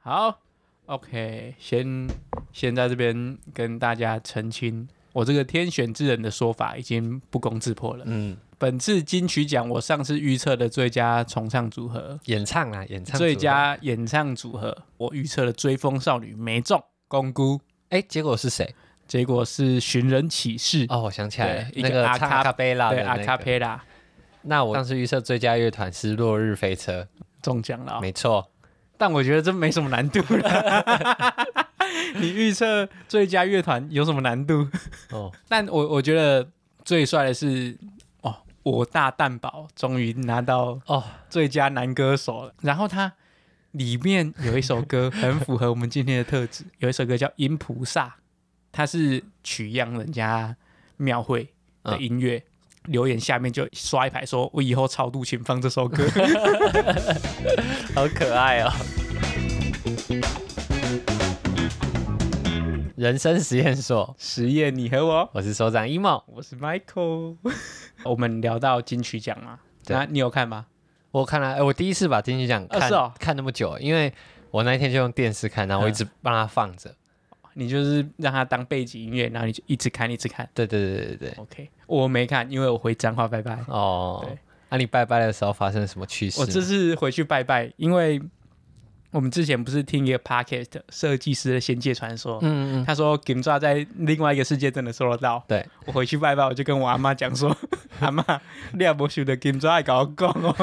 好，OK，先先在这边跟大家澄清，我这个天选之人的说法已经不攻自破了。嗯，本次金曲奖，我上次预测的最佳重唱组合、演唱啊，演唱最组合，佳演唱组合，我预测了《追风少女》没中，公估，哎，结果是谁？结果是《寻人启事》哦，我想起来了，对一那个个阿唱卡阿卡贝拉对的阿卡那个。佩拉那我上次预测最佳乐团是《落日飞车中奖了、》，哦，没错。但我觉得这没什么难度了。 你预测最佳乐团有什么难度？哦，但我我觉得最帅的是哦，我大蛋堡终于拿到哦最佳男歌手了。然后他里面有一首歌很符合我们今天的特质， 有一首歌叫《音菩萨》，它是取样人家庙会的音乐。留言下面就刷一排说，我以后超度请放这首歌。好可爱哦！人生实验所，实验你和我，我是首长 emo。我是 Michael。我们聊到金曲奖嘛，对那你有看吗？我看来，哎，我第一次把金曲奖哦看、是哦看那么久，因为我那一天就用电视看，然后我一直帮它放着。你就是让它当背景音乐，然后你就一直看，一直看。对对对对对。 OK，我没看，因为我回彰化拜拜。哦对，那、你拜拜的时候发生了什么趣事吗？我这次回去拜拜，因为我们之前不是听一个 podcast 设计师的仙界传说，嗯嗯嗯，他说 Kim 抓在另外一个世界真的收得到。对，我回去拜拜，我就跟我阿妈讲 说，阿妈，你也无想到 Kim 抓来跟我讲哦，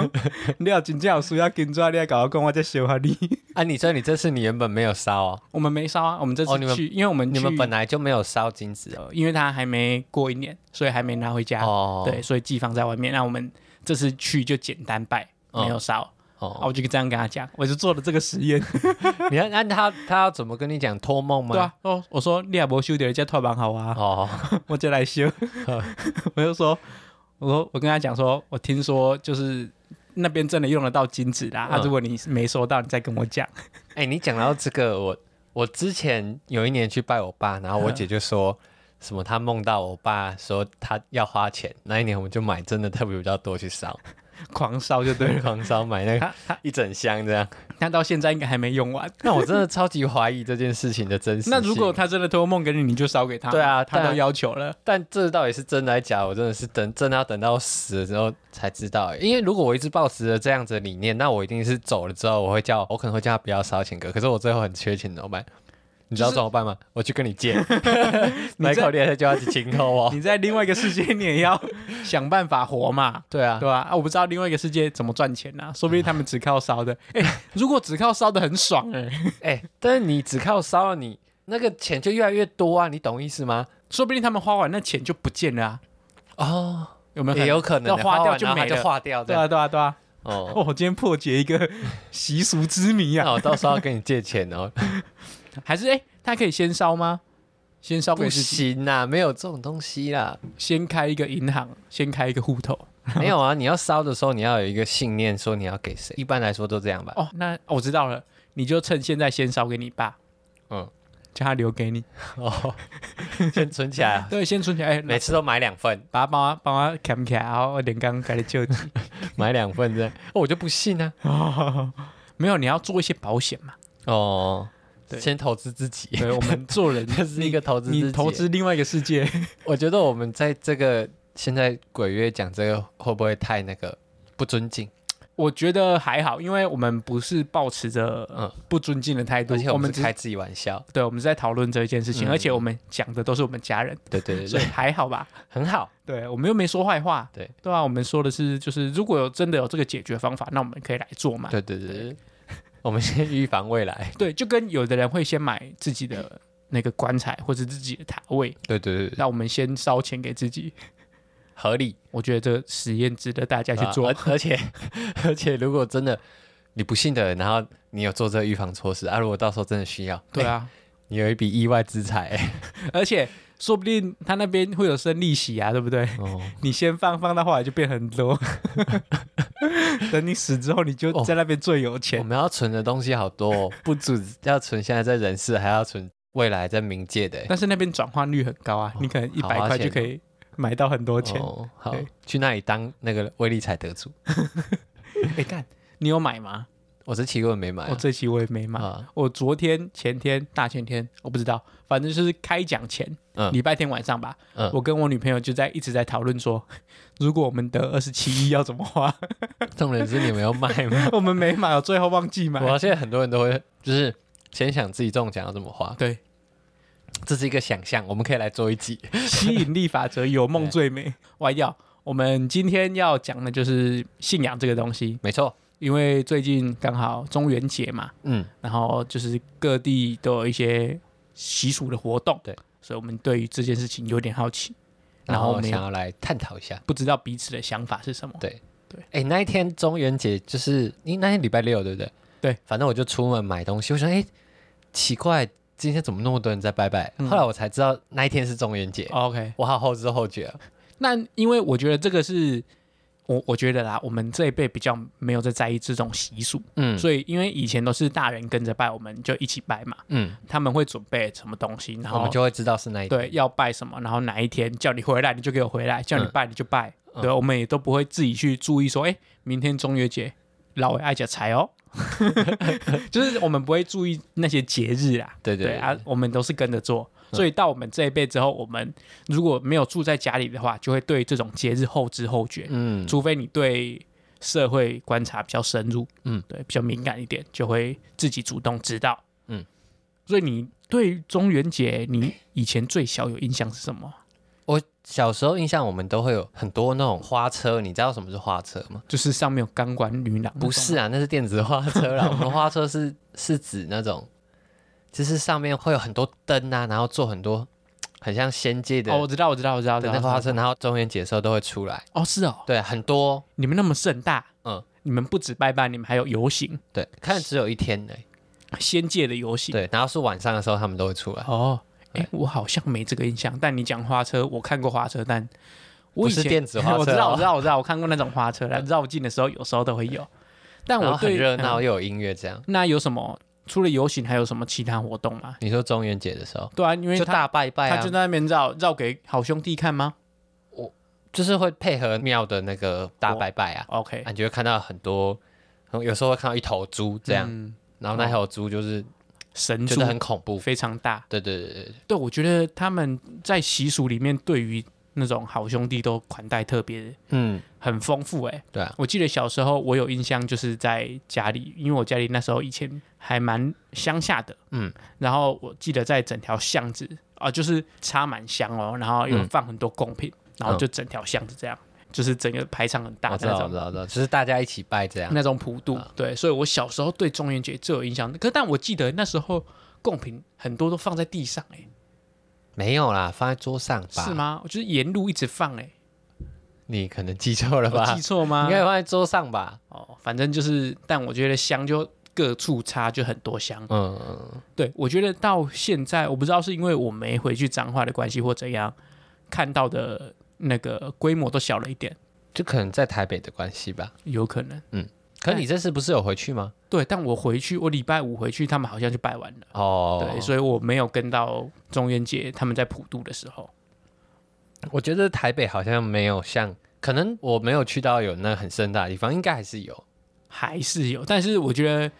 你要真正有需要 Kim 抓，你来跟我讲，我再收 下你。啊，你说你这次你原本没有烧哦，我们没烧啊，我们这次哦你们去，因为我们你们去本来就没有烧金子呃哦因为他还没过一年，所以还没拿回家。哦，对，所以寄放在外面。那我们这次去就简单拜，哦没有烧。啊，哦，我就这样跟他讲，我就做了这个实验，你看，那他他要怎么跟你讲托梦吗？对啊，哦，我说你也没修点，人家托蛮好啊，哦，我就来 修，我就说，我说我跟他讲说，我听说就是那边真的用得到金子啦，啊，嗯如果你没收到，你再跟我讲，哎、你讲到这个，我我之前有一年去拜我爸，然后我姐就说。什么？她梦到我爸说他要花钱，那一年我们就买真的特别比较多去 烧，狂烧就 对了。狂烧买那个他他一整箱这样。他到现在应该还没用完。那我真的超 级怀疑这件事情的真实性。那如果他真的托梦给你，你就烧给他。对啊他但都要求了。但这到底是真的还是假的？我真的是等真的要等到死了之后才知道欸。因为如果我一直抱持着这样子的理念，那我一定是走了之后，我会叫我可能会叫他不要烧钱哥。可是我最后很缺钱怎么办？ 你知道就是怎么办吗？我去跟你借， 你来这口链就要去请口哦。你在另外一个世界，你也要想办法活嘛。对啊 对，吧、啊？我不知道另外一个世界怎么赚钱呐、啊，说不定他们只靠烧 的。哎、如果只靠烧的很爽哎、哎、但是你只靠烧了你那个钱就越来越多啊，你懂意思吗？说不定他们花完那钱就不见了啊，哦，有没有可能？也 有可能要欸花掉完就然后没它了。就化掉这对样。啊，对啊，对啊。哦， 哦，我今天破解一个习俗之谜啊，那我到时候要跟你借 钱哦。还是哎、他可以先烧吗？先烧不给自己，行啦，没有这种东西啦。先开一个银行，先开一个户头。 没有啊，你要烧的时候，你要有一个信念，说你要给谁。一般来说都这样吧。哦，那哦我知道了，你就趁现在先烧给你爸，嗯，叫他留给你。哦，先存起来 啊，对，先存起来，哎每次都买两份，把它帮我帮我扛起来，然后连刚给你救 济。买两份这样。哦，我就不信啊。哦，没有，你要做一些保险 嘛。哦，对先投资自己，对，我们做人这 是一个投资自己。你投，资另外一个世界，我觉得我们在这个现在鬼月讲这个会不会太那个不尊敬？我觉得还好，因为我们不是抱持着呃嗯不尊敬的态度，而且我们只是开自己玩笑。对，我们是在讨论这一件事情，嗯而且我们讲的都是我们家人，对对所对以对，还好 吧。很好。对，我们又没说坏话，对对啊，我们说的是，就是如果有真的有这个解决方法，那我们可以来做嘛。对对对对， 我们先预防未来。对，就跟有的人会先买自己的那个棺材或者自己的塔位，对对对对， 那我们先烧钱给自己。合理。我觉得这个实验值得大家去做。啊而 而且而且如果真的你不信的人，然后你有做这个预防措施啊，如果到时候真的需要，对哎啊， 你有一笔意外之财、 哎而且说不定他那边会有生利息啊，对不对？哦， 你先放，放到后来就变很 多，等你死之后，你就哦在那边最有钱。我们要存的东西好多、哦，不止要存现在在人世，还要存未来在冥界的、哎但是那边转换率很高啊，你可能一哦好百花块钱就可以买到很多钱。哦，好对， 去那里当那个威力彩得主。哎、看你有买吗？我这期我也没买我啊这期我也没买。啊，我昨天、前天、大前天，我不知道，反正就是开奖前，嗯礼拜天晚上吧，嗯我跟我女朋友就在一直在讨论说，如果我们得二十七亿要怎么花？ 重点是你们要卖吗？我们 没买，我最后忘记买。我现在很多人都会就是先想自己中奖要怎么花，对，这是一个想象，我们可以来做一集。吸引力法则，有梦最美。歪掉， 我们今天要讲的就是信仰这个东西，没错，因为最近刚好中元节嘛，嗯，然后就是各地都有一些习俗的活动，对，所以我们对于这件事情有点好奇，然然后后我们想也要来探讨一下。不知道彼此的想法是什么。对哎、那一天中元节就是你那天礼拜六对不对？对，反正我就出门买东西，我想哎、诶奇怪，今天怎么那么多人在拜拜？嗯后来我才知道那一天是中元节， OK，我好后知后觉啊。那因为我觉得这个是我我觉得啦，我们这一辈比较没有在在意这种习俗，嗯所以因为以前都是大人跟着拜，我们就一起拜嘛，嗯，他们会准备什么东西，然我后们就会知道是那一天。对要拜什么，然后哪一天叫你回来你就给我回来，叫你嗯拜你就拜，嗯对，我们也都不会自己去注意说，哎，明天中元节老伟爱讲财哦。 就是我们不会注意那些节日啊，对对嗯对啊，，我们都是跟着做，所以到我们这一辈之后，我们如果没有住在家里的话，就会对这种节日后知后觉，嗯，除非你对社会观察比较深入，嗯，对，比较敏感一点，就会自己主动知道，嗯，所以你对于中元节，你以前最小有印象是什么？我小时候印象，我们都会有很多那种花车，你知道什么是花车吗？就是上面有钢管女郎，不是，啊，那是电子花 车啦。我们花车是是指那种，就是上面会有很多灯啊，然后做很多很像仙界的哦，我知道，我知道，我知道，我知的道那我花知道车，然后中元节的时候都会出来。哦，是哦，对，很多，你们那么盛大，嗯，你们不止拜拜，你们还有游行，对，看只有一天呢。仙界的游行，对，然后是晚上的时候他们都会出来，哦，哎、对我好像没这个印象。但你讲花车，我看过花车，但我不以是前电子花车 哦我知道，我知道，我知道，我看过那种花车，但绕境的时候有时候都会有。但然后我很对热闹嗯又有音乐 这样。那有什么？除了游行，还有什么其他活动吗？你说中元节的时候对啊，因为就他大拜拜他啊就，在那边绕绕给好兄弟看吗就是会配合庙的那个大拜拜啊， ？OK，啊你就会看到很多，有时候会看到一头猪这样，嗯哦然后那头猪就是神觉猪得很恐怖。非常大。对对对对对，对，我觉得他们在习俗里面对于那种好兄弟都款待特别嗯，很丰富哎、对啊，我记得小时候我有印象，就是在家里，因为我家里那时候以前还蛮乡下的，嗯，然后我记得在整条巷子啊、就是插满香哦，然后有嗯放很多贡品，然后就整条巷子这样，就是整个排场很大我的知那嗯道种我嗯嗯知道我知道，就是大家一起拜这样。那种普渡，对，所以我小时候对中元节最有印象。可但我记得那时候贡品很多都放在地上、欸，没有啦，放在桌上吧？是？吗？就是沿路一直放、欸，你可能记错了我吧记？错吗应？该放在桌上吧？哦，反正就是，但我觉得香就各处插就很多香。嗯嗯，对，我觉得到现在，我不知道是因为我没回去彰化的关系，或怎样，看到的那个规模都小了一点，就可能在台北的关系吧。有可能。可你这次不是有回去吗？对，但我回去，我礼拜五回去，他们好像就拜完了，哦，对，所以我没有跟到中元节他们在普渡的时候。我觉得台北好像没有像，可能我没有去到有那很盛大的地方，应该还是有。还是有，但是我觉得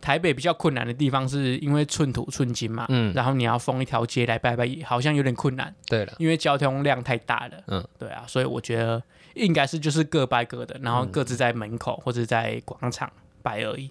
台北比较困难的地方是因为寸土寸金嘛，嗯然后你要封一条街来拜拜，也好像有点困难，对了，因为交通量太大了，嗯，对啊，所以我觉得应该是就是各拜各的，然嗯后各自在门口或者在广场拜而已。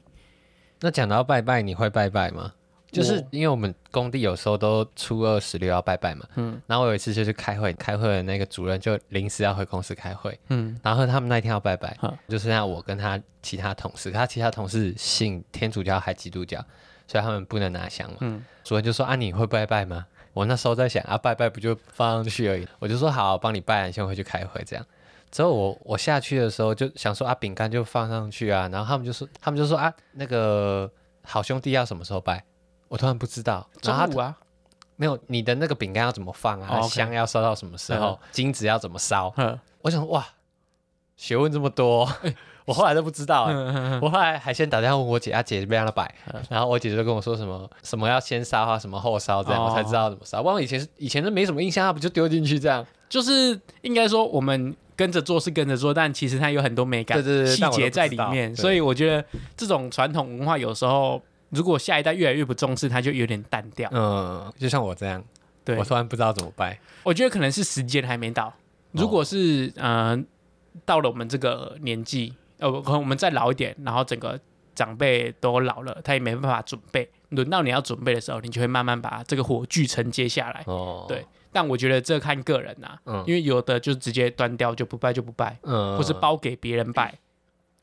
那讲到拜拜，你会拜拜吗？就是我因为我们工地有时候都初二十六要拜拜嘛，嗯，然后我有一次就去开会，开会的那个主任就临时要回公司开会，嗯，然后他们那天要拜拜嗯，就剩下我跟他其他同事，他其他同事信天主教还基督教，所以他们不能拿香嘛。嗯主任就说啊，你会拜拜吗？我那时候在想啊，拜拜不就放上去而已，我就说好，帮你拜，你先回去开会这样。之后我我下去的时候就想说啊，饼干就放上去啊，然后他们就说他们就说啊，那个好兄弟要什么时候拜？我突然不知道，中然后他午啊，没有你的那个饼干要怎么放啊，哦，OK 嗯香要烧到什么时候，金子要怎么烧， 呵我想哇，学问这么多， 我后来都不知道、欸。哎嗯嗯我后来还先打电话问我姐，啊姐被让她摆，然后我姐就跟我说什么什么要先烧啊，什么后烧这样，哦我才知道怎么烧。不然我以前是以前都没什么印象，啊，不就丢进去这样？就是应该说我们跟着做是跟着做，但其实它有很多美感对对对细但我都节不在知里道面，对所以我觉得这种传统文化有时候如果下一代越来越不重视，它就有点淡掉。嗯，就像我这样，对我，突然不知道怎么办。我觉得可能是时间还没哦到。如果是嗯、呃，到了我们这个年纪，呃，可能我们再老一点，然后整个长辈都老了，他也没办法准备。轮到你要准备的时候，你就会慢慢把这个火炬承接下来。哦，对，但我觉得这看个人呐、嗯因为有的就直接端掉，就不拜就不拜，嗯或是包给别人拜。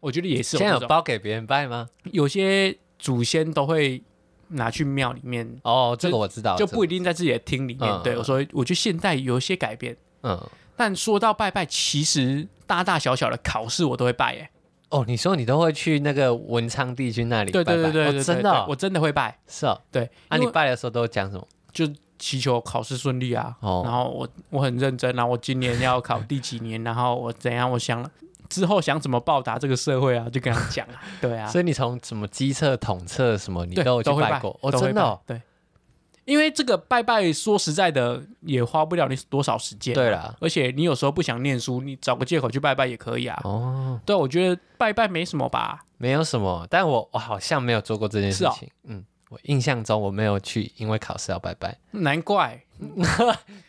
我觉得也是现有在这有种，包给别人拜吗？有些祖先都会拿去庙里面，哦，这个我知道，就这个不一定在自己的厅里面。嗯对，嗯我说，我觉得现代有一些改变。嗯，但说到拜拜，其实大大小小的考试我都会拜耶。哦，你说你都会去那个文昌帝君那里对拜对拜，对对对，哦对真的对哦我真的会拜。是哦。对，啊，因你为拜的时候都讲什么？就祈求考试顺利啊。哦然后我我很认真，然后我今年要考第几年，然后我怎样，我想了之后想怎么报答这个社会啊，就跟他讲 啊，对啊，所以你从什么机测、统测什么，你对都有去都会拜过？哦，都会真的哦。拜对，因为这个拜拜说实在的也花不了你多少时间，对，啦，而且你有时候不想念书，你找个借口去拜拜也可以啊。哦，对，我觉得拜拜没什么吧，没有什么，但我我好像没有做过这件事是哦情。嗯，我印象中我没有去，因为考试要拜拜。难怪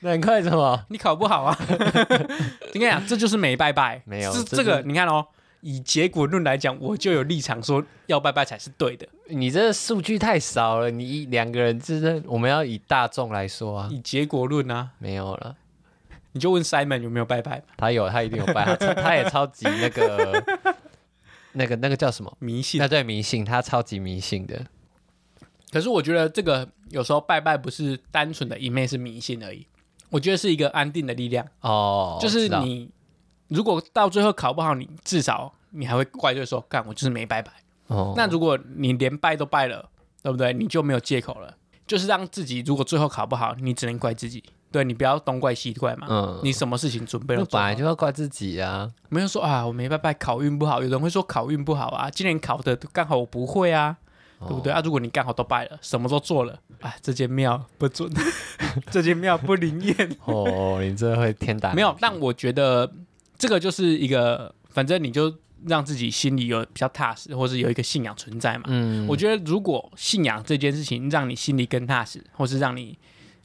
难怪什么？你考不好 啊！你跟你讲，这就是没拜拜，没有这这这个是你看哦，以结果论来讲，我就有立场说要拜拜才是对的。你这数据太少了，你一两个人就是我们要以大众来说啊，以结果论啊，没有了。你就问 Simon 有没有拜拜吧他有，他一定有拜，他超他也超级那个 那个那个叫什么？迷信那。对迷信，他超级迷信的。可是我觉得这个有时候拜拜不是单纯的一面是迷信而已，我觉得是一个安定的力量，哦，就我是知道你如果到最后考不好，你至少你还会怪罪说，干我就是没拜拜。哦，那如果你连拜都拜了，对不对？你就没有借口了，就是让自己如果最后考不好，你只能怪自己，对你不要东怪西怪嘛。嗯你什么事情准备那了？本来就要怪自己啊。没有说啊，我没拜拜，考运不好。有人会说考运不好啊，今年考的刚好我不会啊，哦对不对啊？如果你刚好都拜了，什么都做了，啊，这间庙不准， 这间庙不灵验。哦，你这会天打 没有，但但我觉得这个就是一个，反正你就让自己心里有比较踏实，或是有一个信仰存在嘛。嗯，我觉得如果信仰这件事情让你心里更踏实，或是让你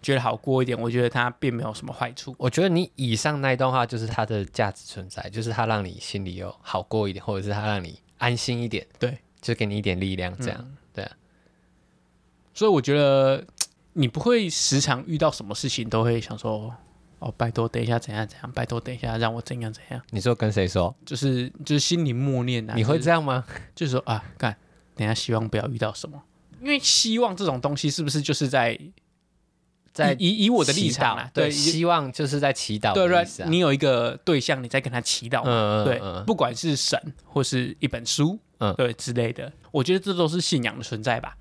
觉得好过一点，我觉得它并没有什么坏处。我觉得你以上那一段话就是它的价值存在，就是它让你心里有好过一点，或者是它让你安心一点，对，嗯就给你一点力量，这样、所以我觉得你不会时常遇到什么事情都会想说，哦，拜托等一下怎样怎样，拜托等一下让我怎样怎样，你说跟谁说？就是就是心里默念啊，你会这样，样吗？就是说啊，干，等一下希望不要遇到什么，因为希望这种东西是不是就是在在以以以我的立场祈啊祷，对对，希望就是在祈祷对的对意思、，啊。你有一个对象，你在跟他祈祷嘛，嗯嗯对嗯，不管是神或是一本书，嗯对之类的，我觉得这都是信仰的存在吧，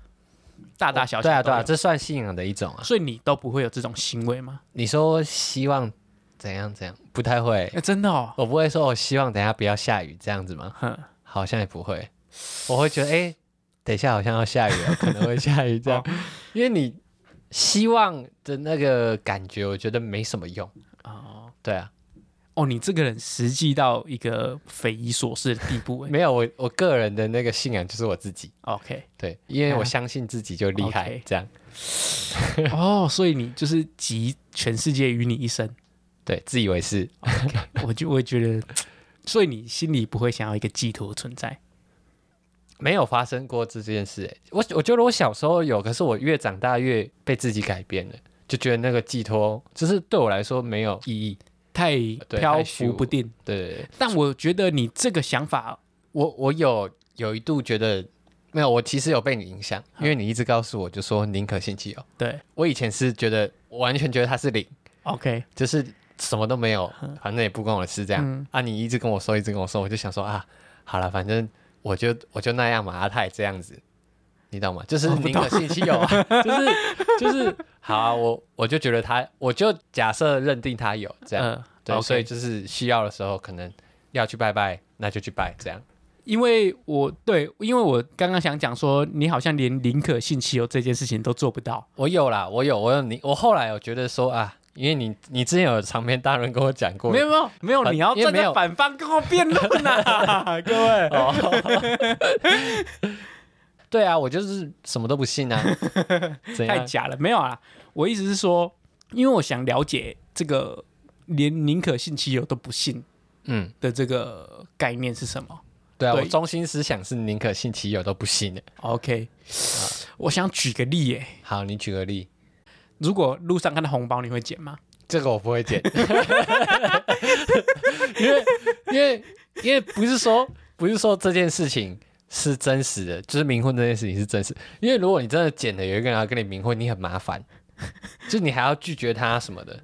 大大小小对啊都对啊，有这算信仰的一种啊。所以你都不会有这种行为吗？你说希望怎样怎样，不太会，哎，真的哦，我不会说我希望等一下不要下雨这样子吗？哼，好像也不会，我会觉得哎、诶等一下好像要下雨了，可能会下雨这样，哦因为你希望的那个感觉，我觉得没什么用。哦对啊，哦，你这个人实际到一个匪夷所思的地步哎。没有我我个人的那个信仰就是我自己， OK， 对，因为啊我相信自己就厉害 OK，这样。哦，所以你就是集全世界于你一身，对，自以为是，我就我觉得，所以你心里不会想要一个寄托存在。没有发生过这件事、诶欸我我觉得我小时候有，可是我越长大越被自己改变了，就觉得那个寄托就是对我来说没有意义。太对漂太虚浮不无定，呃对对对，但我觉得你这个想法我我有有一度觉得没有，我其实有被你影响，因为你一直告诉我就说宁可信其有。对我以前是觉得我完全觉得它是零， ，OK，就是什么都没有，反正也不关我的事这样、嗯啊。你一直跟我说，一直跟我说，我就想说啊，好了，反正我就我就那样嘛，阿泰这样子，你懂吗？就是哦宁可信其有啊， 就是就是好啊，我我就觉得他，我就假设认定他有这样，嗯对 OK 所以就是需要的时候可能要去拜拜，那就去拜这样。因为我对，因为我刚刚想讲说，你好像连宁可信其有这件事情都做不到。我有啦，我有，我有你，我后来我觉得说啊，因为你你之前有长篇大论跟我讲过，没有没有没有，反你要因为站没有在反方跟我辩论 呐，各位。对啊，我就是什么都不信 啊，怎太样？假了，没有啊。我意思是说，因为我想了解这个连宁可信其有都不信嗯，的这个概念是什么。对啊，对我中心思想是宁可信其有都不信的。 OK，、我啊想举个例耶，好，你举个例，如果路上看到红包，你会捡吗？这个我不会剪， 因为因为因为不是说不是说这件事情是真实的，就是冥婚这件事情是真实。因为如果你真的剪了，有一个人要跟你冥婚，你很麻烦，就你还要拒绝他什么的。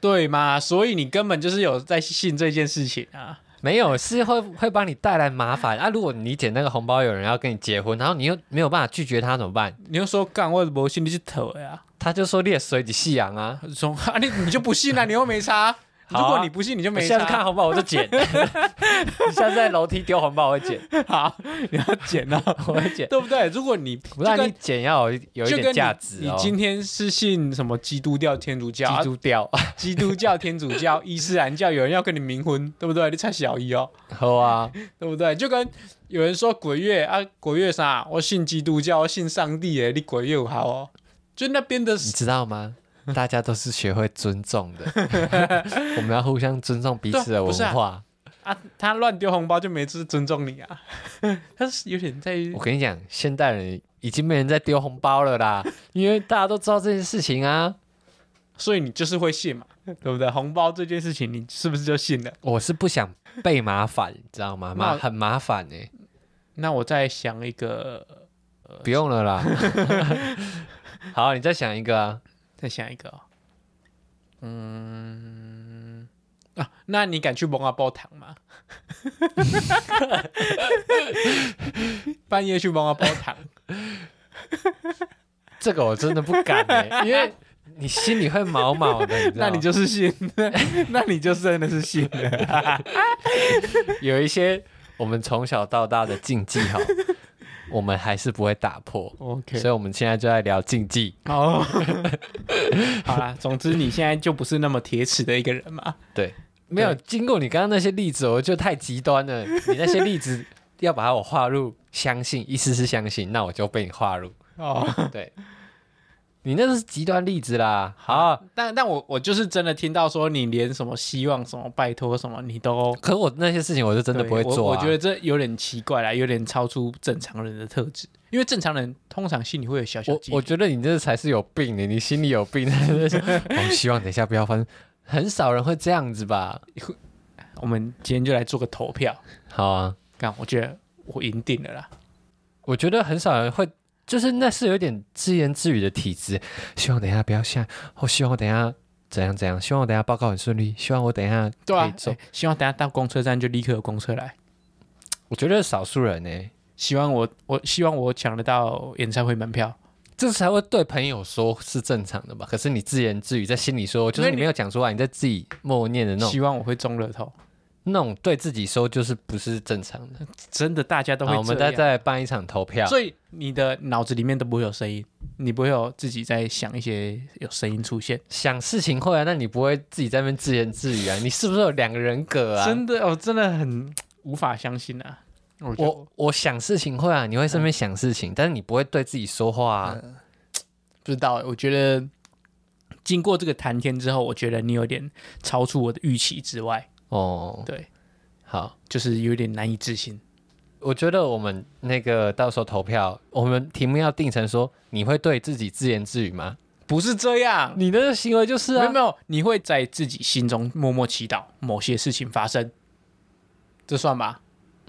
对嘛，所以你根本就是有在信这件事情啊。没有，是会会帮你带来麻烦啊！如果你捡那个红包，有人要跟你结婚，然后你又没有办法拒绝他，怎么办？你就说干，我不信你是头呀、他就说你也随你夕阳啊！啊，说 啊你你就不信 啊，你又没差。好啊如果你不信，你就 我没下差。次看红包我 就捡，你下次在楼梯丢红包我会捡， 好，你要捡啊，我会 捡。对不对？如果你不然就跟你捡要有有一就点跟价值你。哦你。今天是信什么基督教、天主教、基 督教，啊基督教、天主教、伊斯兰教，有人要跟你冥婚，对不对？你才小一哦，好啊，对不对？就跟有人说鬼月啊，鬼月啥？我信基督教，我信上帝耶，你鬼月有好哦。就那边的你知道吗？大家都是学会尊重 的，我们要互相尊重彼此对的啊不是啊文化。啊，他乱丢红包就没尊尊重你啊， 他是有点在我跟你讲，现代人已经没人在丢红包 了啦，因为大家都知道这件事情啊。所以你就是会信嘛，对不对？红包这件事情，你是不是就信了？我是不想被麻烦，你知道吗？麻那很麻烦呢、那我再想一个，呃不用了啦。 好，你再想一个啊。再想一个、哦，嗯啊，那你敢去蒙阿波堂吗？ 半夜去蒙阿波堂，这个我真的不敢、欸，因为你心里会毛毛的。知那道 吗你就是信， 那你就真的是信了。有一些我们从小到大的禁忌哈，我们还是不会打破。所 OK，以我们现在就在聊禁忌。哦， 好啦，总之你现在就不是那么铁齿的一个人嘛。对， 没有经过你刚刚那些例子，我就太极端了。 你那些例子要把我划入相信，意思是相信，那我就被你划入。哦，对，你那是极端例子啦。好，但但我我就是真的听到说你连什么希望、什么拜托、什么你都可我那些事情我是真的对不会做、我。我啊觉得这有点奇怪啦，有点超出正常人的特质，因为正常人通常心里会有小小我忌我觉得你这才是有病的，你心里有 病。我希望等一下不要发生，很少人会这样子吧？我们今天就来做个投票，好啊，看，我觉得我赢定了啦。我觉得很少人会，就是那是有点自言自语的体质。希望等一下不要下，我希望我等一下怎样怎样，希望我等一下报告很顺利，希望我等一下对可以啊，做哎希望大家到公车站就立刻有公车来。我觉得少数人呢、哎希望我我希望我抢得到演唱会门票，这才会对朋友说是正常的吧？可是你自言自语在心里说，就是那你你没有讲出来，你在自己默念的那种希望我会中乐透。那种对自己说，就是不是正常的。真的，大家都会好，我们这再样再来办一场投票。所以你的脑子里面都不会有声音，你不会有自己在想一些有声音出现。想事情会啊，那你不会自己在那边自言自语啊？你是不是有两个人格啊？真的，我真的很无法相信啊！我觉得我我想事情会啊，你会身边想事嗯情，但是你不会对自己说话啊。不知道欸，我觉得经过这个谈天之后，我觉得你有点超出我的预期之外，哦，对，好，就是有点难以置信。我觉得我们那个到时候投票，我们题目要定成说，你会对自己自言自语吗？不是这样，你的行为就是没有啊没，有，你会在自己心中默默祈祷某些事情发生，这算吧，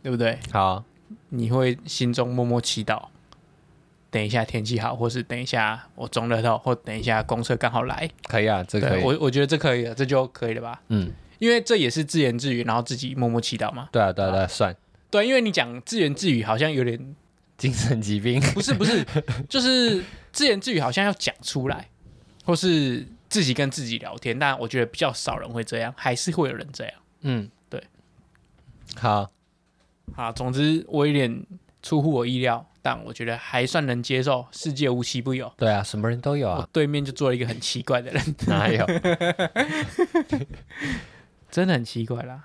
对不对？好啊，你会心中默默祈祷，等一下天气好，或是等一下我中乐透，或等一下公车刚好来，可以啊，这可对以，我我觉得这可以了，啊这就可以了吧？嗯，因为这也是自言自语，然后自己默默祈祷嘛。对啊，对啊，对啊，算对，因为你讲自言自语好像有点精神疾病，不是不 是，就是自言自语好像要讲出来，或是自己跟自己聊天，但我觉得比较少人会这样，还是会有人这样嗯，对，好，啊。总之我有点出乎我意料，但我觉得还算能接受，世界无奇不有。对啊，什么人都有我啊，对面就坐了一个很奇怪的人， 哪有？真的很奇怪啦。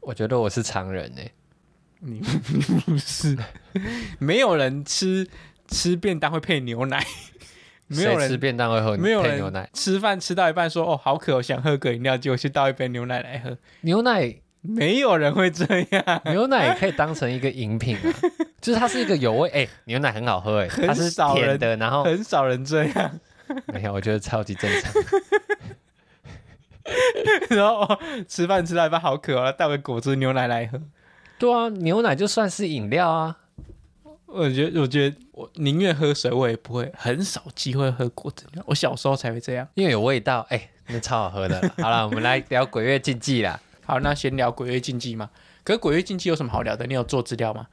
我觉得我是常人欸呢、你你不是， 没有人吃吃便当会配牛奶， 没有谁吃人便当会喝没有配人牛奶，吃饭吃到一半说哦好渴，我想喝个饮料，结果去倒一杯牛奶来喝，牛奶没有人会这样， 牛奶也可以当成一个饮品啊， 就是它是一个有味，哎、牛奶很好喝哎、很它是少甜人的，然后 很少人这样。 没有，我觉得超级正常。然后、哦、吃饭吃到一半好渴哦，倒个果汁牛奶来喝。对啊，牛奶就算是饮料啊，我觉得，我觉得我宁愿喝水，我也不会很少机会喝果汁牛奶。我小时候才会这样。因为有味道，哎、那超好喝 的啦。好了，我们来聊鬼月禁忌啦，好，那先聊鬼月禁忌嘛。可是鬼月禁忌有什么好聊的？你有做资料吗？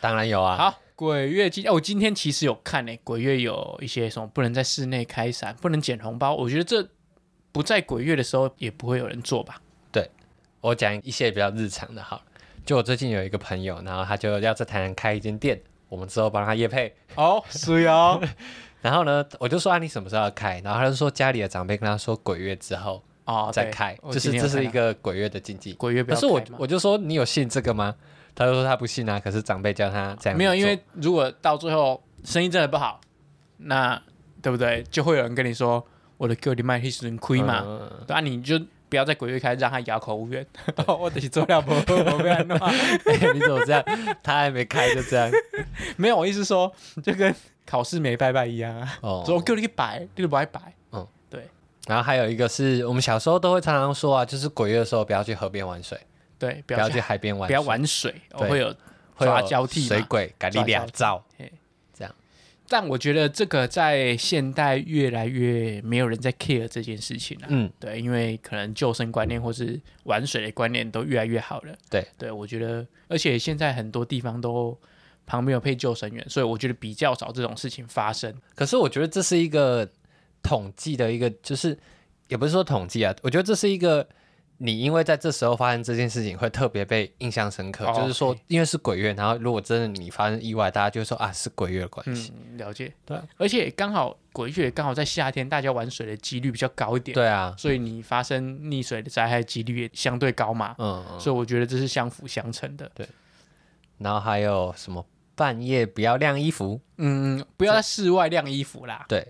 当然有啊。好，鬼月禁哦，我今天其实有看诶、鬼月有一些什么不能在室内开伞，不能捡红包。我觉得这不在鬼月的时候也不会有人做吧？我讲一些比较日常的好了。就我最近有一个朋友，然后他就要在台南开一间店，我们之后帮他业配。哦，是哦，然后呢，我就说啊，你什么时候要开？然后他就说家里的长辈跟他说鬼月之后 哦，再对开，我就是今天这有是看一到个鬼月的禁忌。鬼月不可要是我开嘛我就说你有信这个吗？他就说他不信啊，可是长辈叫他这样没有，做因为如果到最后生意真的不好，那对不对？就会有人跟你说我的歌你卖黑人亏嘛，嗯对啊，你就不要在鬼月开，让他哑口无言。我得是做了不好，我不要弄啊。 哎你怎么这样？他还没开就这样 没有，我意思说就跟考试没拜拜一样啊，哦。说我叫你去拜，你都不爱拜。然后还有一个是我们小时候都会常常说啊，就是鬼月的时候不要去河边玩水，对，不不要要去去海边玩水，不要玩水，哦对会有会有抓交替嘛水鬼赶你俩照。但我觉得这个在现代越来越没有人在 care 这件事情了、啊嗯，对，因为可能救生观念或是玩水的观念都越来越好了。对，对我觉得，而且现在很多地方都旁边有配救生员，所以我觉得比较少这种事情发生。可是我觉得这是一个统计的一个，就是也不是说统计啊，我觉得这是一个你因为在这时候发生这件事情会特别被印象深刻，哦就是说 OK 因为是鬼月，然后如果真的你发生意外，大家就会说啊是鬼月的关系。嗯，了解。对啊，而且刚好鬼月刚好在夏天，大家玩水的几率比较高一点，对啊，所以你发生溺水的灾害几率也相对高嘛。嗯，嗯所以我觉得这是相辅相成的。然后还有什么半夜不要晾衣服？嗯，不要在室外晾衣服啦。对，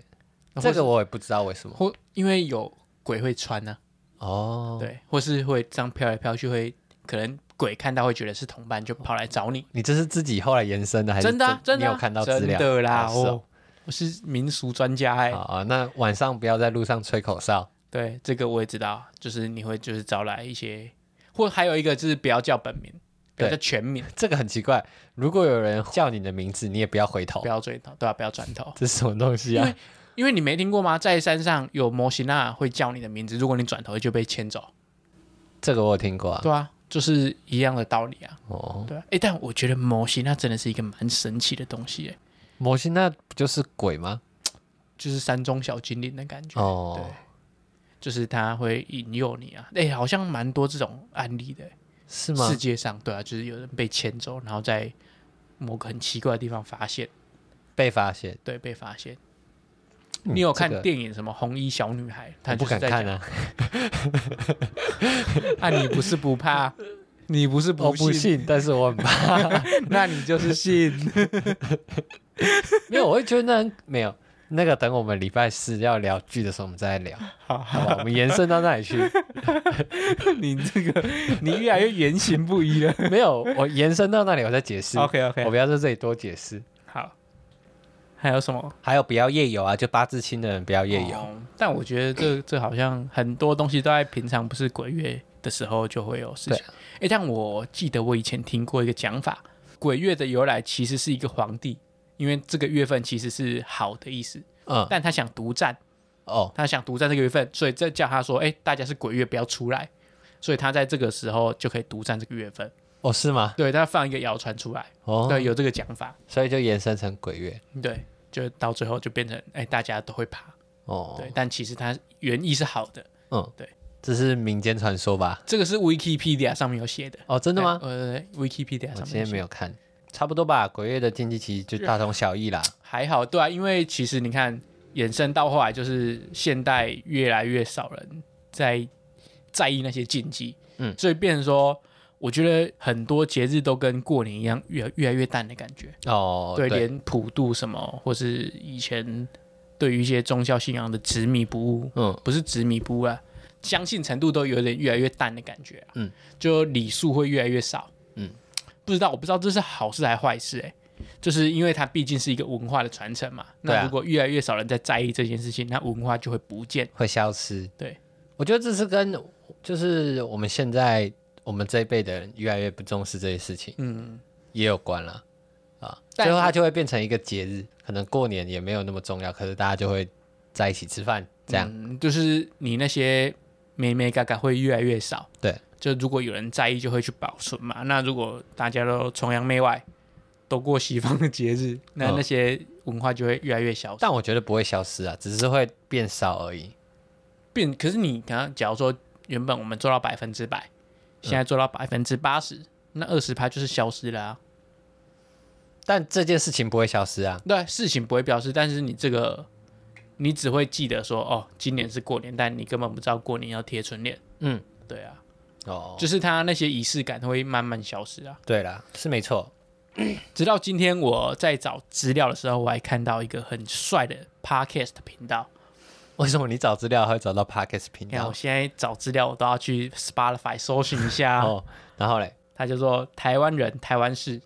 或这是个我也不知道为什么或因为有鬼会穿啊呢、哦。对，或是会这样飘来飘去会，可能鬼看到会觉得是同伴，就跑来找你。你这是自己后来延哦伸的还是真的、啊，真的、啊，你有看到资料？真的啦，哦是哦，我是民俗专家哎、哦啊、哦那晚上不要在路上吹口哨。对，这个我也知道，就是你会就是招来一些，或还有一个就是不要叫本名，不要对哦叫全名，这个很奇怪，如果有人叫你的名字，你也不要回头不，要追头，对啊吧、不要转头，这是什么东西因啊为？因为你没听过吗？在山上有摩西娜会叫你的名字，如果你转头就被牵走，这个我有听过啊。对啊，就是一样的道理啊，哦，对啊。哎，但我觉得摩西娜真的是一个蛮神奇的东西、欸，摩西那不就是鬼吗？就是山中小精灵的感觉。对哦，，就是它会引诱你啊。哎、好像蛮多这种案例的、是吗世？界上对啊，就是有人被牵走，然后在某个很奇怪的地方发现，被发现？对，被发现。嗯你有看这个电影什么《红衣小女孩》？她我不就是敢在看讲啊， 啊，你不是不怕， 你不是我不哦不信， 信，但是我很怕。那你就是信。没有，我会觉得那很没有那个，等我们礼拜四要聊剧的时候，我们再来聊， 好，好吧？我们延伸到那里去？ 你这个你越来越言行不一了。没有，我延伸到那里，我再 解释。 OK 我 OK，不要在这里多解释。好。还有什么还有不要夜游啊，就八字轻的人不要夜游。哦但我觉得 这这好像很多东西都在平常不是鬼月的时候就会有事对情。哎、但我记得我以前听过一个讲法，鬼月的由来其实是一个皇帝，因为这个月份其实是好的意思，嗯，但他想独占，哦，他想独占这个月份，所以再叫他说，哎、大家是鬼月，不要出来。所以他在这个时候就可以独占这个月份，哦，是吗？对，他放一个谣传出来，哦，对，有这个讲法，所以就延伸成鬼月。对，就到最后就变成，哎、大家都会怕，哦，对，但其实它原意是好的，嗯，对，这是民间传说吧？这个是 Wikipedia 上面有写的，哦，真的吗？呃，Wikipedia 我上今面有天没写。有看。差不多吧。鬼月的经济其实就啊大同小异啦。还好，对啊，因为其实你看，衍生到后来就是现代越来越少人在在意那些禁忌，嗯所以变成说，我觉得很多节日都跟过年一样，越越来越淡的感觉。哦，对，对，连普渡什么，或是以前对于一些宗教信仰的执迷不悟，嗯，不是执迷不悟啊，相信程度都有点越来越淡的感觉、啊。嗯，就礼数会越来越少。嗯，不知道，我不知道这是好事还是坏事、欸。就是因为它毕竟是一个文化的传承嘛。对那啊如果越来越少人在在意这件事情，那文化就会不见。会消失。对，我觉得这是跟就是我们现在我们这一辈的人越来越不重视这些事情嗯，也有关啦。啊，但最后它就会变成一个节日，可能过年也没有那么重要，可是大家就会在一起吃饭，这样、嗯就是你那些妹妹嘎嘎会越来越少。对，就如果有人在意，就会去保存嘛。那如果大家都崇洋媚外，都过西方的节日，那嗯那些文化就会越来越消失。但我觉得不会消失啊，只是会变少而已。变，可是你刚刚假如说原本我们做到百分之百，现在做到百分之八十，那二十趴就是消失了啊。但这件事情不会消失啊。对，事情不会标示，但是你这个你只会记得说哦，今年是过年，但你根本不知道过年要贴春联。嗯，对啊，哦，就是它那些仪式感会慢慢消失啊。对啦，是没错。直到今天我在找资料的时候，我还看到一个很帅的 podcast 频道。为什么你找资料还会找到 Podcast 频你看，道我？现在找资料我都要去 Spotify 搜寻一下。啊哦，然后嘞，他叫做台湾人台湾式，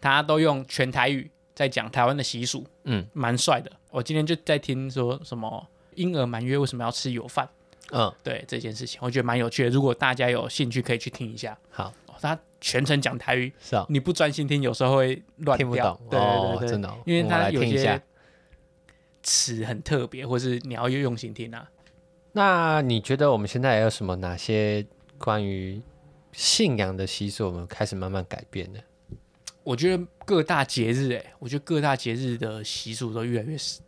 他都用全台语在讲台湾的习俗，嗯，蛮帅的。我今天就在听说什么婴儿满月为什么要吃油饭，嗯，对这件事情，我觉得蛮有趣的。如果大家有兴趣，可以去听一下。好，哦、他全程讲台语，是哦，你不专心听，有时候会乱听不掉懂，对对对哦，对真的哦、因为我它来有听一下些。词很特别，或是你要用心听啊。那你觉得我们现在还有什么哪些关于信仰的习俗，我们开始慢慢改变呢？我觉得各大节日、欸，我觉得各大节日的习俗都越来越少，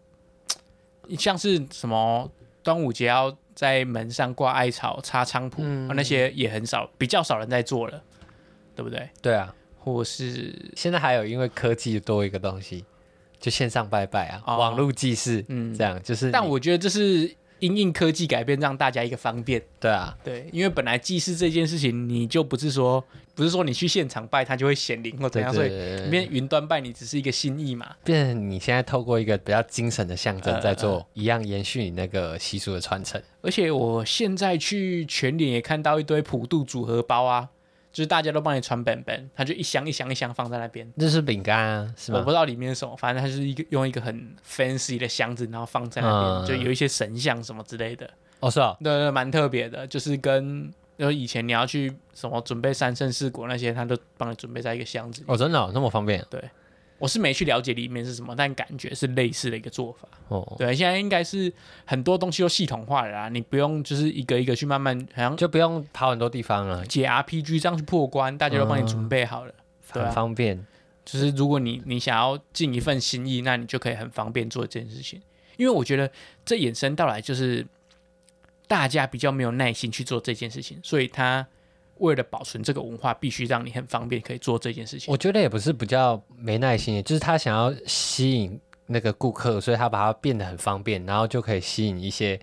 像是什么端午节要在门上挂艾草、插菖蒲、嗯啊那些也很少，比较少人在做了，对不对？对啊，或是现在还有因为科技多一个东西，就线上拜拜啊，哦网络祭祀，嗯这样就是你。但我觉得这是因应科技改变，让大家一个方便。对啊，对，因为本来祭祀这件事情，你就不是说不是说你去现场拜，它就会显灵或怎对样，对对啊所以对里面云端拜你只是一个心意嘛。变成你现在透过一个比较精神的象征，呃在做一样延续你那个习俗的传承。而且我现在去全脸也看到一堆普渡组合包啊，就是大家都帮你传本本，它就一箱一箱一箱放在那边。这是饼干啊，是我吗不？知道里面是什么，反正它就是一个用一个很 fancy 的箱子，然后放在那边，嗯就有一些神像什么之类的，哦，是哦，对对，对蛮特别的。就是跟就是以前你要去什么准备三圣四果那些，他都帮你准备在一个箱子里。哦，真的、哦、那么方便我是没去了解里面是什么，但感觉是类似的一个做法。哦，对，现在应该是很多东西都系统化了啦，你不用就是一个一个去慢慢，好像就不用跑很多地方了，解 RPG 这样去破关，大家都帮嗯你准备好了。对啊很方便。就是如果你你想要尽一份心意，那你就可以很方便做这件事情。因为我觉得这衍生到来就是大家比较没有耐心去做这件事情，所以他为了保存这个文化，必须让你很方便可以做这件事情。我觉得也不是比较没耐心，就是他想要吸引那个顾客，所以他把它变得很方便，然后就可以吸引一些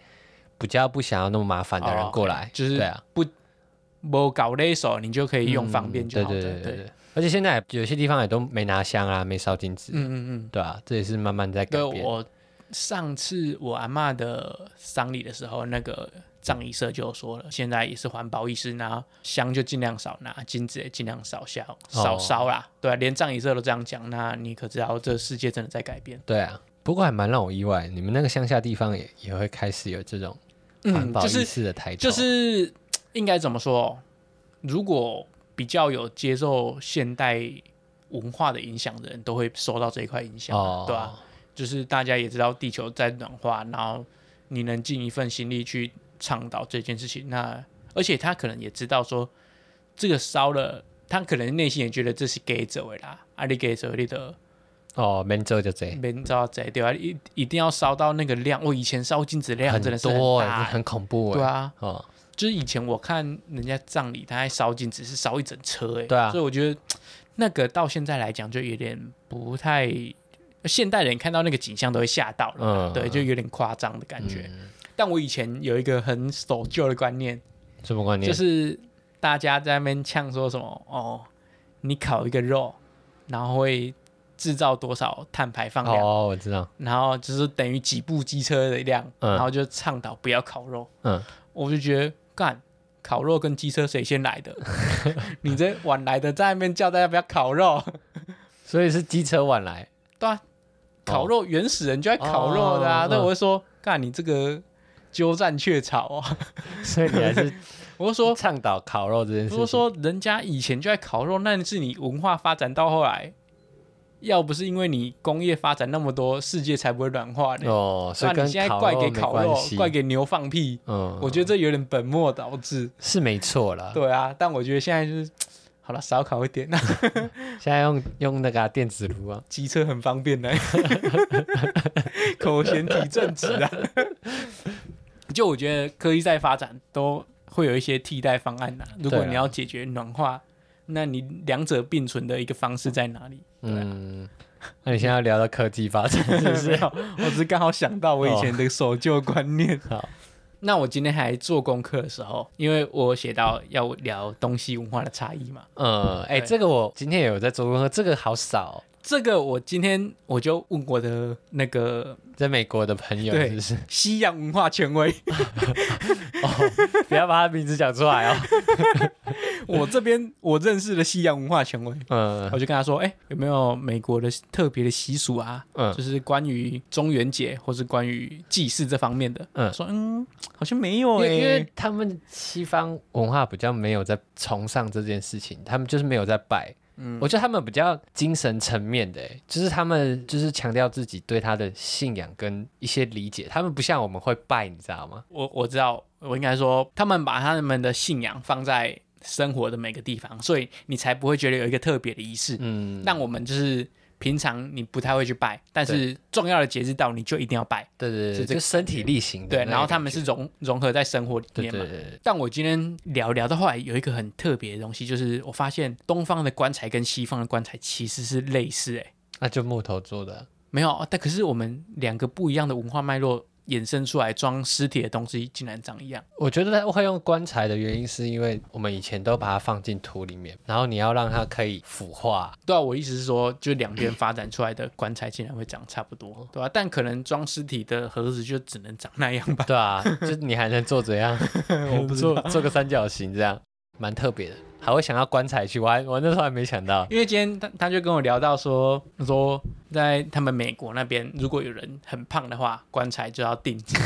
比较不想要那么麻烦的人过来。哦就是对啊，不搞勒手，你就可以用方便就嗯对好了。对对对对。而且现在有些地方也都没拿香啊，没烧金纸，嗯嗯嗯。对啊，这也是慢慢在改对变。我上次我阿嬷的丧礼的时候，那个葬仪社就说了，现在也是环保意识，那香就尽量少拿，金子也尽量少烧，少烧啦。哦对啊、连葬仪社都这样讲，那你可知道这世界真的在改变？对啊，不过还蛮让我意外，你们那个乡下地方也也会开始有这种环保嗯就意是识的抬头、就是应该怎么说？哦如果比较有接受现代文化的影响的人，都会受到这一块影响啊，哦，对吧、就是大家也知道地球在暖化，然后你能尽一份心力去倡导这件事情，那而且他可能也知道说这个烧了，他可能内心也觉得这是给走的啦，啊你给走你的哦，没做就这，没知道怎对啊，一一定要烧到那个量，我以前烧金子量真的是多大欸哎，这很恐怖哎。对啊，哦，就是以前我看人家葬礼，他在烧金子是烧一整车哎、对啊所以我觉得那个到现在来讲就有点不太，现代人看到那个景象都会吓到了，嗯，对，就有点夸张的感觉。嗯但我以前有一个很守旧的观念，什么观念？就是大家在那边呛说什么哦，你烤一个肉，然后会制造多少碳排放量，哦，我知道，然后就是等于几部机车的量，嗯然后就倡导不要烤肉。嗯，我就觉得干。烤肉跟机车谁先来的？ 你这晚来的在那边叫大家不要烤肉，哦所以是机车晚来，啊烤肉原始人就爱烤肉的啊。哦那、嗯我就说，干你这个鸠占鹊巢啊！所以你还是我就说，倡导烤肉这件如事情。果说人家以前就在烤肉，那是你文化发展到后来，要不是因为你工业发展那么多，世界才不会软化的。哦，所那以啊跟你现在烤怪给没烤关肉，系怪给牛放屁，嗯，我觉得这有点本末倒置。是没错啦。对啊，但我觉得现在就是，好了，少烤一点，那现在用用那个啊、电子炉啊，机车很方便的， 口嫌体正直啊。 就我觉得科技在发展，都会有一些替代方案呐、如果对啊你要解决暖化，那你两者并存的一个方式在哪 里？对啊嗯，那你现在要聊到科技发展是 不没是？有，我只是刚好想到我以前的守旧观 念。好，那我今天还做功课的时候，因为我写到要聊东西文化的差异嘛，嗯，哎、对这个我今天也有在做功课，这个好少哦、这个我今天我就问我的那个在美国的朋友对是不是？西洋文化权威，不要把他名字讲出来哦。 我这边我认识的西洋文化权威，嗯我就跟他说，哎、有没有美国的特别的习俗啊？嗯就是关于中元节或是关于祭祀这方面的。嗯说嗯，好像没有因哎、为因为他们西方文化比较没有在崇尚这件事情，他们就是没有在拜。嗯我觉得他们比较精神层面的，就是他们就是强调自己对他的信仰跟一些理解，他们不像我们会拜，你知道吗？我我知道，我应该说，他们把他们的信仰放在生活的每个地方，所以你才不会觉得有一个特别的仪式。嗯，但我们就是平常你不太会去拜，但是重要的节日到你就一定要拜，对对是对，这就身体力行的对。那种感觉。然后他们是融融合在生活里对面嘛对。对，对但我今天聊聊到后来，有一个很特别的东西，就是我发现东方的棺材跟西方的棺材其实是类似、欸，那就木头做的啊，没有，但可是我们两个不一样的文化脉络衍生出来装尸体的东西，竟然长一样。我觉得它会用棺材的原因，是因为我们以前都把它放进土里面，然后你要让它可以腐化。对啊，我意思是说，就两边发展出来的棺材竟然会长差不多，对吧、啊但可能装尸体的盒子就只能长那样吧。 对啊，就是你还能做怎样？ 我不做做个三角形这样，蛮特别的。还会想到棺材去，我还我那时候还没想 到。因为今天他他就跟我聊到说，他说在他们美国那边，如果有人很胖的话，棺材就要定 制，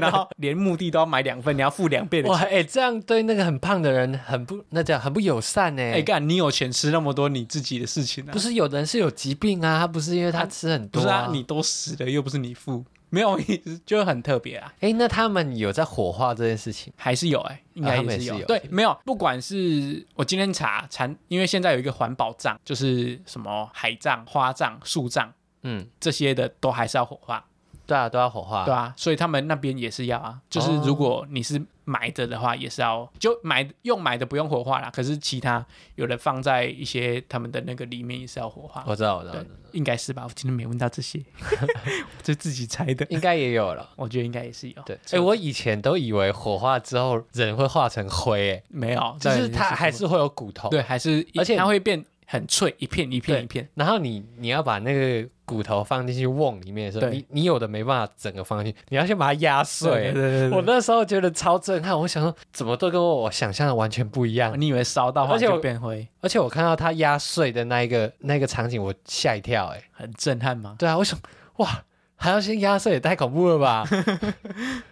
然后连墓地都要买两份，你要付两倍的哇，钱。哎、这样对那个很胖的人很不那叫很不友善呢、欸哎、干，你有钱吃那么多你自己的事情啊？不是有的人是有疾病啊，他不是因为他吃很不多、是啊，你都死了，又不是你付，没有意思，就很特别啊。哎、那他们有在火化这件事情？还是有哎、应啊该他们也也是是有。有对，没有，不管是我今天查产，因为现在有一个环保葬，就是什么海葬、花葬、树葬嗯，这些的，都还是要火化，对啊，都要火化。对啊，所以他们那边也是要啊，就是哦如果你是埋着的话，也是要就埋用埋的不用火化啦，可是其他有的放在一些他们的那个里面也是要火化，我知道，我知道，对应该是吧？我今天没问到这些， 我就自己猜的，应该也有了。我觉得应该也是有。对，哎、所以我以前都以为火化之后人会化成灰、哎，没有，就是它对还是会有骨头。，对，还是而且它会变很脆，一片一片一片。然后你你要把那个骨头放进去瓮里面的时候，对你你有的没办法整个放进去，你要先把它压碎。对对我那时候觉得超震撼，我想说怎么都跟我想象的完全不一样。你以为烧到后而且我就变灰，而且我看到它压碎的那一个那个场景，我吓一跳、哎，很震撼吗？对啊，我想哇，还要先压碎，也太恐怖了 吧！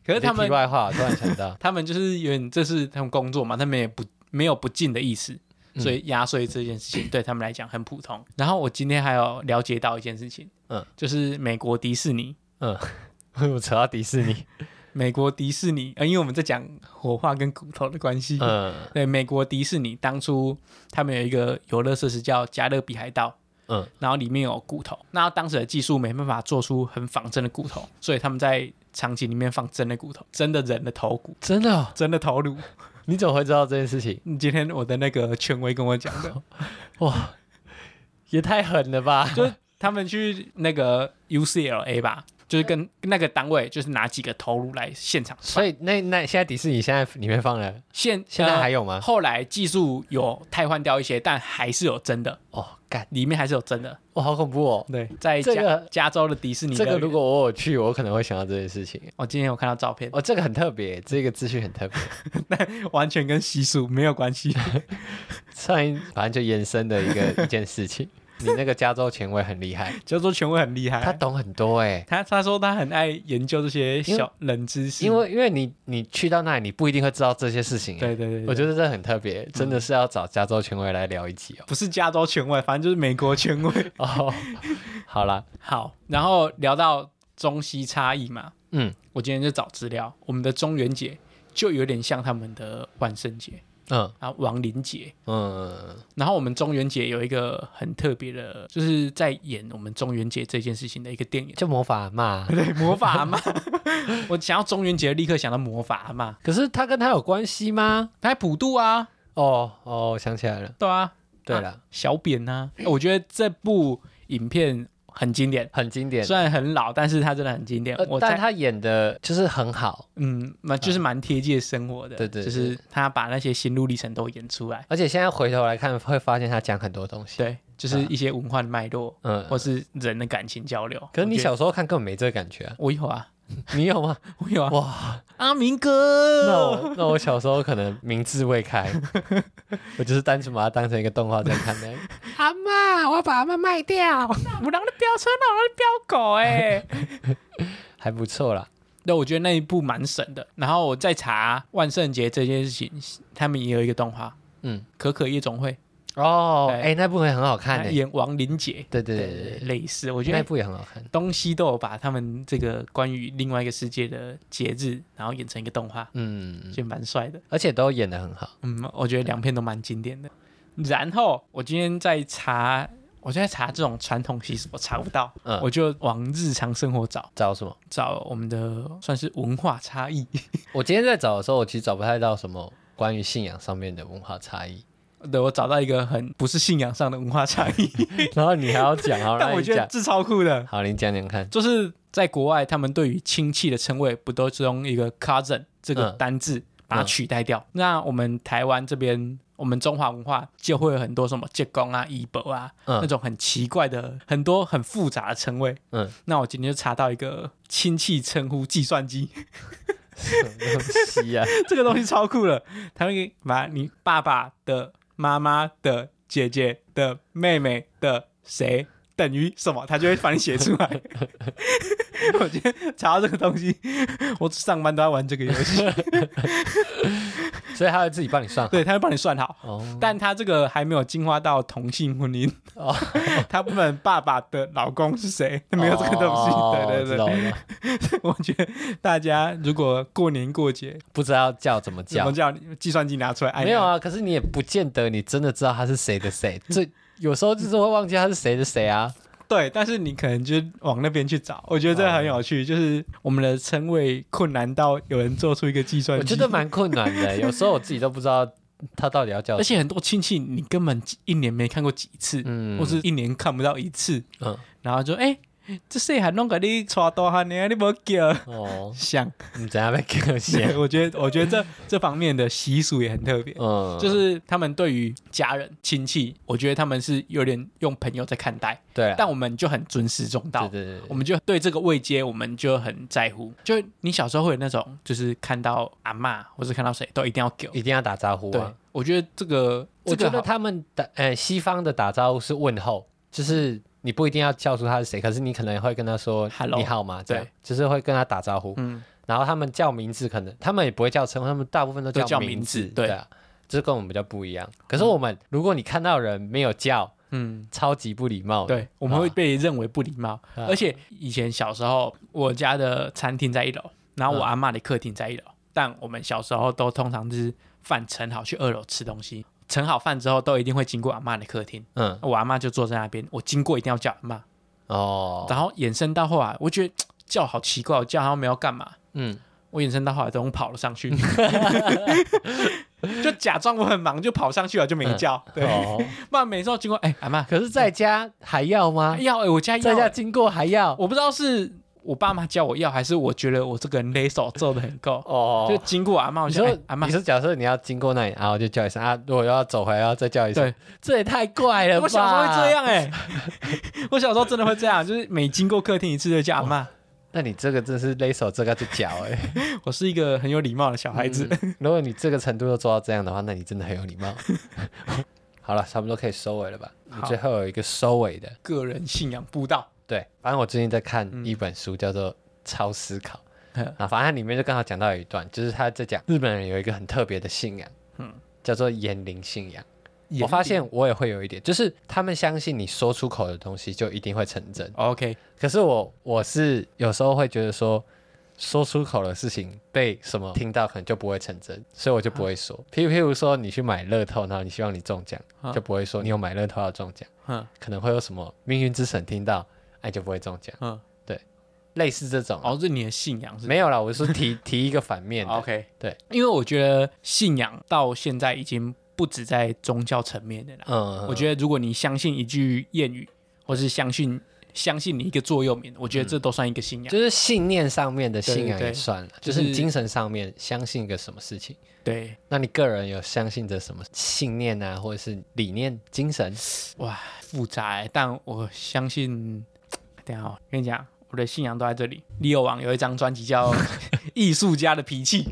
可是他题们，外话，我突然想到 他们就是有点，这是他们工作嘛，他们也不没有不敬的意思，嗯所以压碎这件事情对他们来讲很普 通。然后我今天还有了解到一件事情，嗯，就是美国迪士尼，我扯到迪士尼，美国迪士尼，呃，因为我们在讲火化跟骨头的关系， 嗯对，美国迪士尼当初他们有一个游乐设施叫加勒比海盗，嗯，然后里面有骨头，那当时的技术没办法做出很仿真的骨头，所以他们在场景里面放真的骨头，真的人的头骨，真的哦、真的头颅。你怎么会知道这件事情？今天我的那个权威跟我讲的，哇，也太狠了吧！就是他们去那个 UCLA 吧，就是跟那个单位就是拿几个头颅来现场所算。以那那现在迪士尼现在里面放了，现现在还有吗呃后来技术有替换掉一些，但还是有真的，哦，干，里面还是有真的。哇，好恐怖哦！对，在加、这个加州的迪士尼乐这园。个如果我有去，我可能会想到这件事情。我、今天有看到照片，哦，这个很特别，这个资讯很特 别。完全跟习俗没有 关系。上一反正就延伸的一个一件事 情。你那个加州前卫很厉害，加州权威很厉害，他他懂很多哎、他他说他很爱研究这些小冷知识，因为因为你你去到那里，你不一定会知道这些事情、欸。对对对对我觉得这很特别，真的是要找加州权威来聊一集不是加州权威，反正就是美国权威。哦。哦， 好啦，好，然后聊到中西差异嘛，嗯我今天就找资料，我们的中元节就有点像他们的万圣节嗯啊，亡灵节。嗯，然后我们中元节有一个很特别的，就是在演我们中元节这件事情的一个电影，就魔法嘛。对，魔法阿妈。 我想要中元节，立刻想到魔法阿妈，可是他跟他有关系吗？他还普渡啊，哦哦，我想起来了，对啊，对啊了，小扁呐、我觉得这部影片很经典，很经典。虽然很老，但是它真的很经典。呃我但在他演的就是很好，嗯，蛮就是蛮贴近生活的，啊对对对就是他把那些心路历程都演出来，而且现在回头来看，会发现他讲很多东西。对，啊就是一些文化的脉络、嗯，或是人的感情交流。可是你我觉得小时候看根本没这个感觉 啊，我有啊，你有 吗？我有啊，哇，阿明哥，那我那我小时候可能明智未开，我就是单纯把它当成一个动画在看的。 阿妈，我要把阿妈卖掉，我让你飙车，那我飙狗哎、 还不错啦。对，我觉得那一部蛮神的。然后我再查万圣节这件事情，他们也有一个动画，嗯，可可夜总会，哦，对哎、那部也很好看他诶、演亡灵节，对对对对类似。我觉对，那得部也很好看。东西都有把他们这个关于另外一个世界的节日，然后演成一个动画，嗯，就蛮帅的。而且都演的很好。嗯，我觉得两片都蛮经典的。然后我今天在查，我就在查这种传统习俗，我查不到，嗯我就往日常生活找，找什么？找我们的算是文化差异。 我今天在找的时候，我其实找不太到什么关于信仰上面的文化差异。对，我找到一个很不是信仰上的文化差异，然后你还要讲，好，但那我你觉得讲。这超酷的，好，你讲讲看。就是在国外，他们对于亲戚的称谓不都是用一个 cousin 这个嗯单字、把它取代掉？那我们台湾这边，我们中华文化就会有很多什么借公啊、姨伯啊、嗯那种很奇怪的、很多很复杂的称谓。嗯，那我今天就查到一个亲戚称呼计算机，什么东西啊？ 这个东西超酷了，他会把你爸爸的、妈妈的、姐姐的、妹妹的谁等于什么，他就会帮你写出 来。我今天查到这个东西，我上班都要玩这个游戏， 所以他会自己帮你算好。对，他会帮你算好。哦，但他这个还没有进化到同性婚姻，哦 他不问爸爸的老公是谁，没有这个东西。哦对知对道对，了我觉得大家如果过年过节，不知道叫怎么怎叫么。叫计算机拿出来？按一按没有啊，可是你也不见得你真的知道他是谁的谁，这有时候就是会忘记他是谁的谁啊。对，但是你可能就往那边去找，我觉得这个很有趣，就是我们的称谓困难到有人做出一个计算我机，觉得，蛮困难的，有时候我自己都不知道他到底要叫而。且很多亲戚你根本一年没看过几次，嗯或是一年看不到一次，嗯然后就哎、这谁还弄个你抓大汉呢？你没叫哦，像，你怎样被给我写？对 我觉得我觉得这这方面的习俗也很特别。嗯，就是他们对于家人亲戚，我觉得他们是有点用朋友在看待，对啊，但我们就很尊师重道对。对对我对，们就对这个位阶，我们就很在乎。就你小时候会有那种，就是看到阿嬷或是看到谁都一定要给。一定要打招呼对啊。，我觉得这个，我觉这个得好他们的呃西方的打招呼是问候，就是你不一定要叫出他是谁，可是你可能会跟他说 Hello 你好吗？这样对就是会跟他打招呼。嗯，然后他们叫名字，可能他们也不会叫称呼，他们大部分都都叫名名字对对啊，这跟我们比较不一样。可是我们，如果你看到人没有叫，嗯，超级不礼貌的。对，我们会被认为不礼貌。啊而且以前小时候，我家的餐厅在一楼，然啊后我阿嬷的客厅在一楼，但我们小时候都通常就是饭盛好去二楼吃东西，盛好饭之后都一定会经过阿嬷的客厅，嗯，我阿嬷就坐在那边，我经过一定要叫阿嬷。哦，然后衍生到后来，我觉得叫好奇怪，我叫他们要干嘛？嗯，我延伸到后来等我跑了上 去， 就假装我很忙，就跑上去了，就没叫。对，哦，不然每次都经过，哎、阿妈可是在家还要吗？要、哎我家要、嗯在家经过还要我不知道是我爸妈叫我要，还是我觉得我这个人勒手做的很够，哦就经过阿妈，我你就说、哎阿妈你，说假设你要经过那里，然后就叫一声啊，如果要走回来要再叫一声，对，这也太怪了吧！我小时候会这，样哎、 我小时候真的会这样，就是每经过客厅一次就叫阿哦妈。那你这个真是勒手这个就脚 哎、我是一个很有礼貌的小孩子，如果你这个程度都做到这样的话，那你真的很有礼貌。好了，差不多可以收尾了吧？你好最后有一个收尾的，个人信仰布道。对，反正我最近在看一本书，叫做《超思 考》嗯啊，反正它里面就刚好讲到有一段，就是他在讲日本人有一个很特别的信仰，嗯叫做言灵信仰。眼我里发现我也会有一点，就是他们相信你说出口的东西就一定会成真。 OK，可是我我是有时候会觉得说，说出口的事情被什么听到，可能就不会成真，所以我就不会说。譬如譬如说，你去买乐透，然后你希望你中奖，啊就不会说你有买乐透要中奖，嗯可能会有什么命运之神听到，哎、就不会中奖，嗯，类似这种。哦，这你的信仰是哦没有啦，我是 提提一个反面的。 OK，对，因为我觉得信仰到现在已经不止在宗教层面的啦。嗯，我觉得如果你相信一句谚语，或是相信相信你一个座右铭，我觉得嗯这都算一个信仰。就是信念上面的信仰对对也对算了，就就是你是精神上面相信一个什么事情。对，那你个人有相信着什么信念啊，或者是理念、精神？哇，复杂欸、但我相信，等一下哦我跟你讲，我的信仰都在这里。利友王有一张专辑 叫《艺术家的脾气》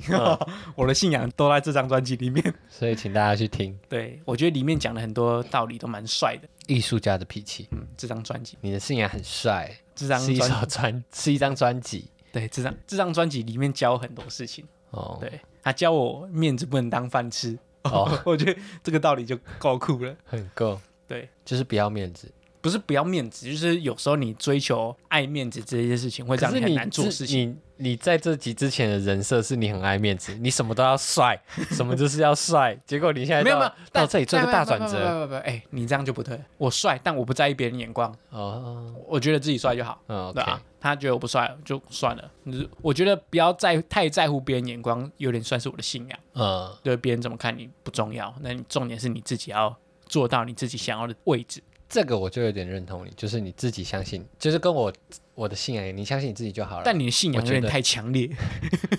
我的信仰都在这张专辑里面。所以请大家去听《对，我觉得里面讲的很多道理都蛮帅的。艺术家的脾气》。嗯，这张专辑，你的信仰很帅，这张是一专，首专，是一张专辑对，这张这张专辑里面教很多事情。哦。对，他教我面子不能当饭吃。哦， 我觉得这个道理就够酷了。很够，对，就是不要面子。不是不要面子，就是有时候你追求爱面子这些事情，会可让是你你很难做事情。情。你你在这集之前的人设是你很爱面子，你什么都要帅，什么就是要帅。结果你现在没有到没有，到但这里做一个大转不折不不不不，哎，你这样就不对。我帅，但我不在意别人眼光，哦。我觉得自己帅就好，嗯对，OK，啊，他觉得我不帅就算了，就是我觉得不要在太在乎别人眼光，有点算是我的信仰。嗯，对别人怎么看你不重要，那你重点是你自己要做到你自己想要的位置。这个我就有点认同你，就是你自己相信，就是跟我我的信仰，你相信你自己就好了。但你的信仰哎我有觉得点太强 烈。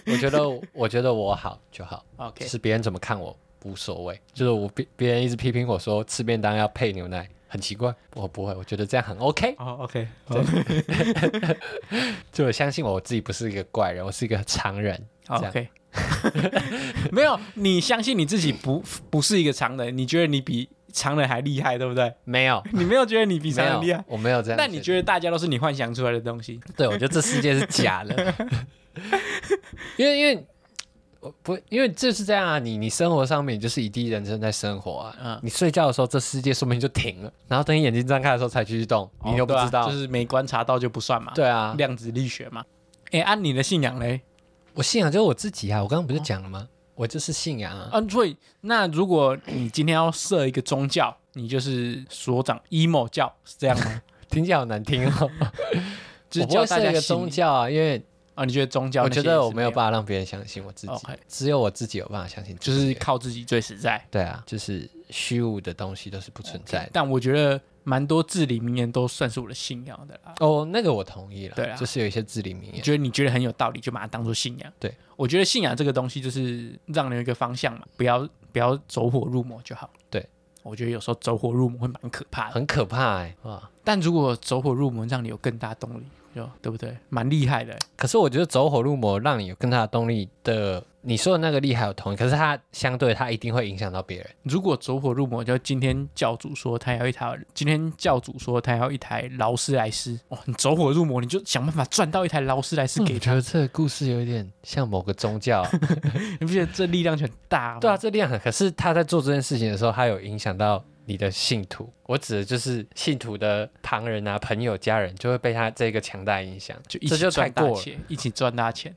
我觉得，我觉得我好就好，就 OK，是别人怎么看我无所谓。就是我别别人一直批评我说吃便当要配牛奶，很奇怪，我不会，我觉得这样很 OK。哦，OK， 就我相信我自己不是一个怪人，我是一个常人。好这样，OK。没有，你相信你自己不不是一个常人，你觉得你比常人还厉害，对不对？没有，你没有觉得你比常没有人厉害，，我没有这样。但你觉得？得大家都是你幻想出来的东西？ 对，我觉得这世界是假的， 因为因为。我不，因为就是这样啊，你你生活上面就是以第一人称在生活啊，嗯你睡觉的时候，这世界说不定就停了，然后等你眼睛张开的时候才去动，你又不哦对啊知道，就是没观察到就不算嘛。对啊，量子力学嘛。哎，按你的信仰嘞？我信仰就是我自己啊，我刚刚不是讲了哦吗？我就是信仰啊。啊，所以那如果你今天要设一个宗教，你就是所长 emo 教是这样 吗？听起来好难 听哦。就是我不教会大是家一个信宗教啊，因为啊？你觉得宗教我那些觉也是？得我没有办法让别人相信我自己 OK，只有我自己有办法相信自己。就是靠自己最实在。对啊，就是虚无的东西都是不存在的。但我觉得蛮多至理名言都算是我的信仰的啦。哦，那个我同意了，对啊就是有一些至理名你言。觉得你觉得很有道理，就把它当做信仰。对，我觉得信仰这个东西就是让人有一个方向嘛，不要不要走火入魔就好。对，我觉得有时候走火入魔会蛮可怕的，很可怕哎、哇！但如果走火入魔让你有更大动力，就对不对？蛮厉害的欸、可是我觉得走火入魔让你有更大的动力的，你说的那个厉害我同意，可是它相对它一定会影响到别人。如果走火入魔，就今天教主说他要一台，今天教主说他要一台劳斯莱斯，哇、你走火入魔，你就想办法赚到一台劳斯莱斯给我他，觉得这个故事有一点像某个宗教啊、 你不觉得这力量就很大吗？ 对啊，，这量很。可是他在做这件事情的时候，他有影响到你的信徒。我指的就是信徒的旁人啊、朋友、家人，就会被他这个强大影响，就一这起就太赚大过了。钱，一起赚大钱，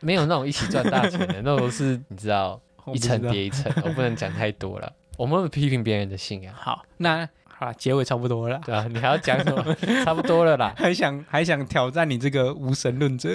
没有那种一起赚大钱 的，那种是你知道我一不知层道叠一层，我不能讲太多了。我们不批评别人的信仰，好，那好啦，结尾差不多了啦， 对啊，你还要讲什 么？差不多了啦，还想还想挑战你这个无神论者，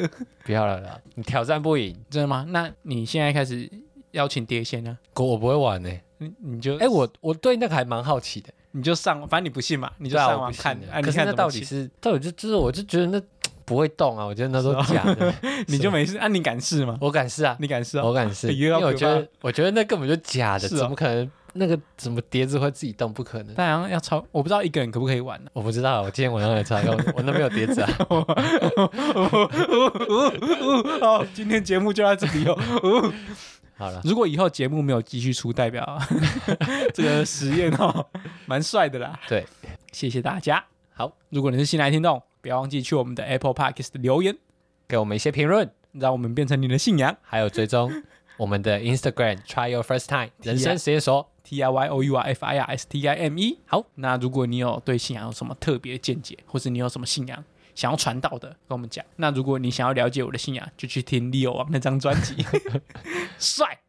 不要了啦，你挑战不赢，真的吗？那你现在开始邀请碟仙呢？我我不会玩呢、你你就哎、我我对那个还蛮好奇的，你就上，反正你不信嘛，你你就上网看，啊、可你是看怎那么到底信是到底就就是我就觉得那不会动啊，我觉得那都哦假 的，你就没事啊？你敢试吗？我敢试啊，你敢试啊？我敢试，哎 因又为要我可觉得我觉得那根本就假的，是哦怎么可能那个怎么碟子会自己动？不可能，但好像要超，我不知道一个人可不可以玩呢、啊我不知道，我今天晚上来查看， 我我那边有碟子啊， 哦，今天节目就到这里哦。好了， 如果以后节目没有继续出，代表 这个实验 哦，蛮帅的啦。对，谢谢大家。好，如果你是新来听众，不要忘记去我们的 Apple Podcast 留言，给我们一些评论，让我们变成你的信仰。还有追踪我们的 Instagram Try Your First Time 人生实验所。 T I Y O U R F I R S T I M E。好，那如果你有对信仰有什么特别见解，或是你有什么信仰想要传道的，跟我们讲。那如果你想要了解我的信仰，就去听 Leo 王那张专 辑，帅。